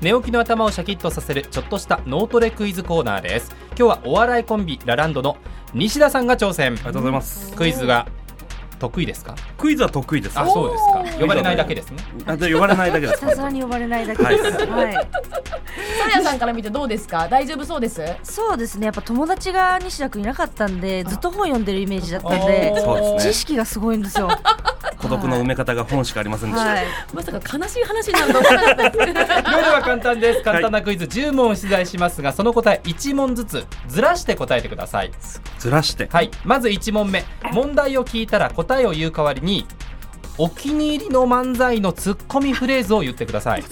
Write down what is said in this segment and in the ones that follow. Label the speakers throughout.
Speaker 1: 寝起きの頭をシャキッとさせるちょっとした脳トレクイズコーナーです今日はお笑いコンビラランドの西田さんが挑戦
Speaker 2: ありがとうございます。
Speaker 1: クイズが得意ですか
Speaker 2: クイズは得意です。
Speaker 1: あ
Speaker 2: あ、
Speaker 1: そうです
Speaker 3: お
Speaker 1: か
Speaker 3: ー
Speaker 1: 呼ばれないだけですね
Speaker 2: で呼ばれないだけで
Speaker 3: ひ
Speaker 2: す。
Speaker 3: たすらに呼ばれないだけです。はい。
Speaker 4: ソニアさんから見てどうですか大丈夫そうです
Speaker 3: そうですね。やっぱ友達が西田くんいなかったんで、ずっと本読んでるイメージだったん
Speaker 1: あー
Speaker 3: で、
Speaker 2: そうです
Speaker 3: 知
Speaker 2: ね。
Speaker 3: 識がすごいんですよ。
Speaker 2: 孤独の埋め方が本しかありませんでした。
Speaker 3: はい。
Speaker 4: まさか悲しい話になると思わなかったです
Speaker 1: ルールは簡単です簡単なクイズ10問出題しますがその答え1問ずつずらして答えてください
Speaker 2: ずらして。
Speaker 1: はいまず1問目問題を聞いたら答えを言う代わりにお気に入りの漫才のツッコミフレーズを言ってください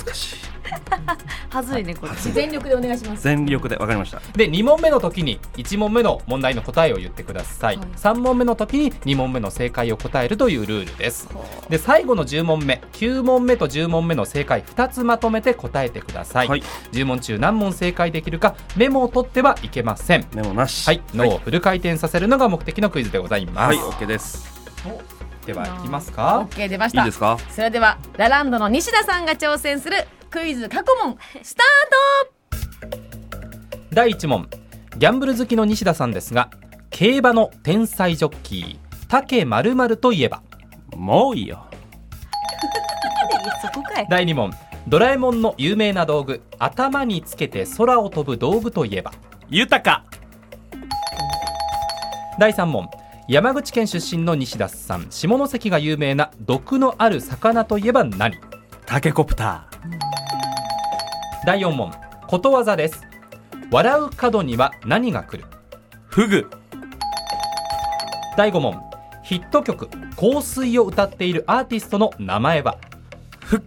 Speaker 3: はずいね、これ。
Speaker 4: 全力でお願いします
Speaker 2: 全力でわかりました。
Speaker 1: で2問目の時に1問目の問題の答えを言ってください、
Speaker 4: はい
Speaker 1: 3問目の時に2問目の正解を答えるというルールですで最後の10問目9問目と10問目の正解2つまとめて答えてください、
Speaker 2: はい
Speaker 1: 10問中何問正解できるかメモを取ってはいけません
Speaker 2: メモなし。
Speaker 1: はい、
Speaker 2: は
Speaker 1: 脳を
Speaker 2: い。
Speaker 1: フル回転させるのが目的のクイズでございま
Speaker 2: はい、
Speaker 1: す、
Speaker 2: オッケーです。
Speaker 1: ではいきます
Speaker 4: オッ
Speaker 1: か
Speaker 4: ケー出まし
Speaker 2: いい
Speaker 4: た
Speaker 2: ですか。
Speaker 4: それではラランドの西田さんが挑戦するクイズ過去問スター
Speaker 1: 第1問ギャンブル好きの西田さんですが競馬の天才ジョッキー竹丸々といえば
Speaker 2: もういいよ。
Speaker 3: そこかい。
Speaker 1: 第2問ドラえもんの有名な道具頭につけて空を飛ぶ道具といえば
Speaker 2: 豊か。
Speaker 1: 第3問山口県出身の西田さん下関が有名な毒のある魚といえば何
Speaker 2: タケコプター。
Speaker 1: 第4問ことわざです笑う角には何が来る
Speaker 2: フグ。
Speaker 1: 第5問ヒット曲「香水」を歌っているアーティストの名前は
Speaker 2: 服。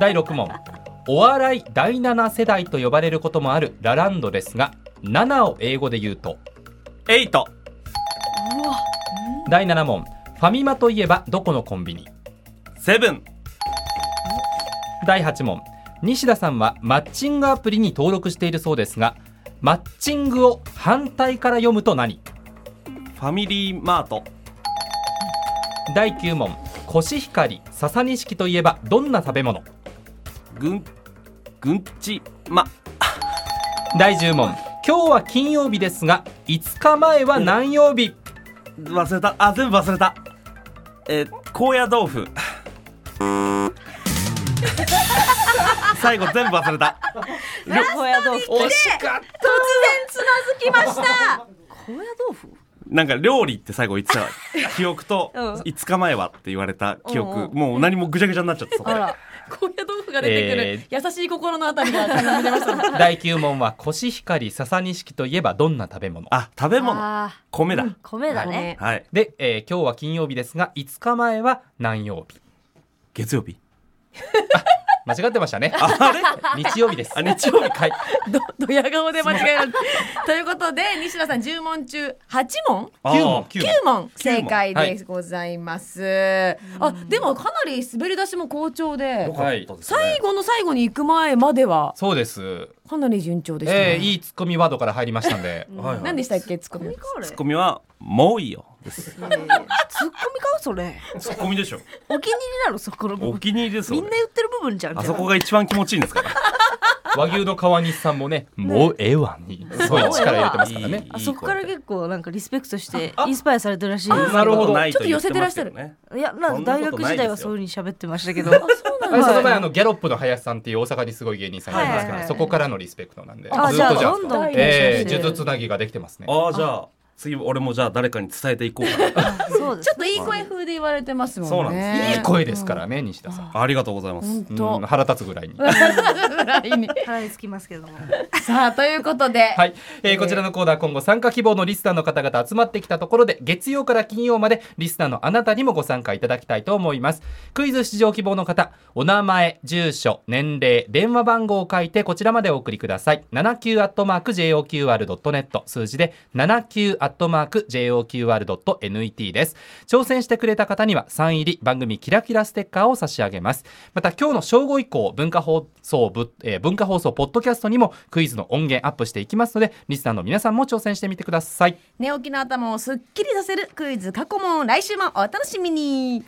Speaker 1: 第6問お笑い第7世代と呼ばれることもあるラランドですが7を英語で言うと
Speaker 2: エイト。
Speaker 1: 第7問ファミマといえばどこのコンビニ
Speaker 2: セブン。
Speaker 1: 第8問西田さんはマッチングアプリに登録しているそうですがマッチングを反対から読むと何
Speaker 2: ファミリーマート。
Speaker 1: 第9問コシヒカリ笹錦といえばどんな食べ物
Speaker 2: ぐん。ぐんち。ま。
Speaker 1: 第10問今日は金曜日ですが5日前は何曜日
Speaker 2: 忘れた。あ、全部忘れた。えー、高野豆腐。最後全部忘れた。
Speaker 3: 高野豆腐。
Speaker 2: 惜しかった。
Speaker 4: ト来ました
Speaker 3: 高野豆腐
Speaker 2: なんか料理って最後言ってた記憶と
Speaker 3: うん
Speaker 2: 5日前はって言われた記憶、
Speaker 3: うんうん
Speaker 2: もう何もぐちゃぐちゃになっちゃったそこ
Speaker 3: あ
Speaker 2: で
Speaker 3: ら。
Speaker 4: 高野豆腐が出てくる、
Speaker 1: え
Speaker 4: 優しい心のあたりが感じ出ました ね
Speaker 1: 第9問はコシヒカリ笹錦といえばどんな食べ物
Speaker 2: あ食べ物
Speaker 3: ああ
Speaker 2: 米だ、
Speaker 3: ー、米だね。
Speaker 2: はい
Speaker 1: で、えー今日は金曜日ですが5日前は何曜日
Speaker 2: 月曜日
Speaker 1: 間違ってましたね
Speaker 2: あれ
Speaker 1: 日曜日です
Speaker 2: あ日曜日
Speaker 1: はい
Speaker 4: どドヤ顔で間違えられたということで西田さん10問中8問
Speaker 2: あ
Speaker 1: 9問
Speaker 2: ー
Speaker 1: 9問
Speaker 2: 九
Speaker 4: 9問
Speaker 2: 問
Speaker 4: 正解でございます、あでもかなり滑り出しも好調で
Speaker 2: よかったですね
Speaker 4: 最後の最後に行く前までは
Speaker 1: そうです
Speaker 4: かなり順調でしたね、
Speaker 1: えー、いいツッコミワードから入りましたんで
Speaker 2: はいはい
Speaker 4: 何でしたっけツッコミ
Speaker 3: これ。
Speaker 2: ツ
Speaker 3: ツッ
Speaker 2: ッコ
Speaker 3: コ
Speaker 2: ミはもういいよです
Speaker 3: ミかそれ。
Speaker 2: ツッコミでし ょ
Speaker 3: お気に入りなのそこの部
Speaker 2: お
Speaker 3: 分。
Speaker 2: 気に入りです
Speaker 3: み
Speaker 2: よ
Speaker 3: んな言ってる部分じゃん。
Speaker 2: あそこが一番気持ちいいんですから
Speaker 1: 和牛の川西さんもね「もうええわ」にすごい力入れてますからね
Speaker 3: あそこから
Speaker 2: いい
Speaker 3: 結構なんかリスペクトしてインスパイアされてるらしいですけど
Speaker 1: なるほど
Speaker 2: ないと言ま
Speaker 4: ちょっと寄せてらっしゃる
Speaker 2: すけどね
Speaker 3: いやなんか大学時代はそういうふうに喋ってましたけど
Speaker 1: あれその前あのギャロップの林さんっていう大阪にすごい芸人さんいます
Speaker 3: はいは
Speaker 1: か
Speaker 3: いは
Speaker 1: ら
Speaker 3: い
Speaker 1: そこからのリスペクトなんでずっ
Speaker 3: あ
Speaker 1: と
Speaker 3: じ
Speaker 1: じ
Speaker 3: ゃあ
Speaker 1: ゃあ
Speaker 3: どんどん
Speaker 4: はい
Speaker 1: えー
Speaker 4: じゃあ
Speaker 1: 呪術つなぎができてますね
Speaker 2: ああじゃあ次俺もじゃあ誰かに伝えていこうか な
Speaker 3: そうです
Speaker 4: ちょっといい声風で言われてますもんね
Speaker 2: そうなんで
Speaker 1: いい声ですからね西田さん
Speaker 2: ありがとうございます
Speaker 4: 本
Speaker 1: うん
Speaker 4: 当
Speaker 1: 腹立つぐらいに
Speaker 4: ぐらいに
Speaker 3: 腹につきますけれども
Speaker 4: さあということで、
Speaker 1: はい、えーこちらのコーナー今後参加希望のリスナーの方々集まってきたところで月曜から金曜までリスナーのあなたにもご参加いただきたいと思いますクイズ出場希望の方お名前住所年齢電話番号を書いてこちらまでお送りください 79-joqr.net 数字で 79-joqr.net です挑戦してくれた方にはサイン入り番組キラキラステッカーを差し上げますまた今日の正午以降文化放送ぶ、えー文化放送ポッドキャストにもクイズの音源アップしていきますのでリスナーの皆さんも挑戦してみてください
Speaker 4: 寝起きの頭をすっきりさせるクイズ過去問来週もお楽しみに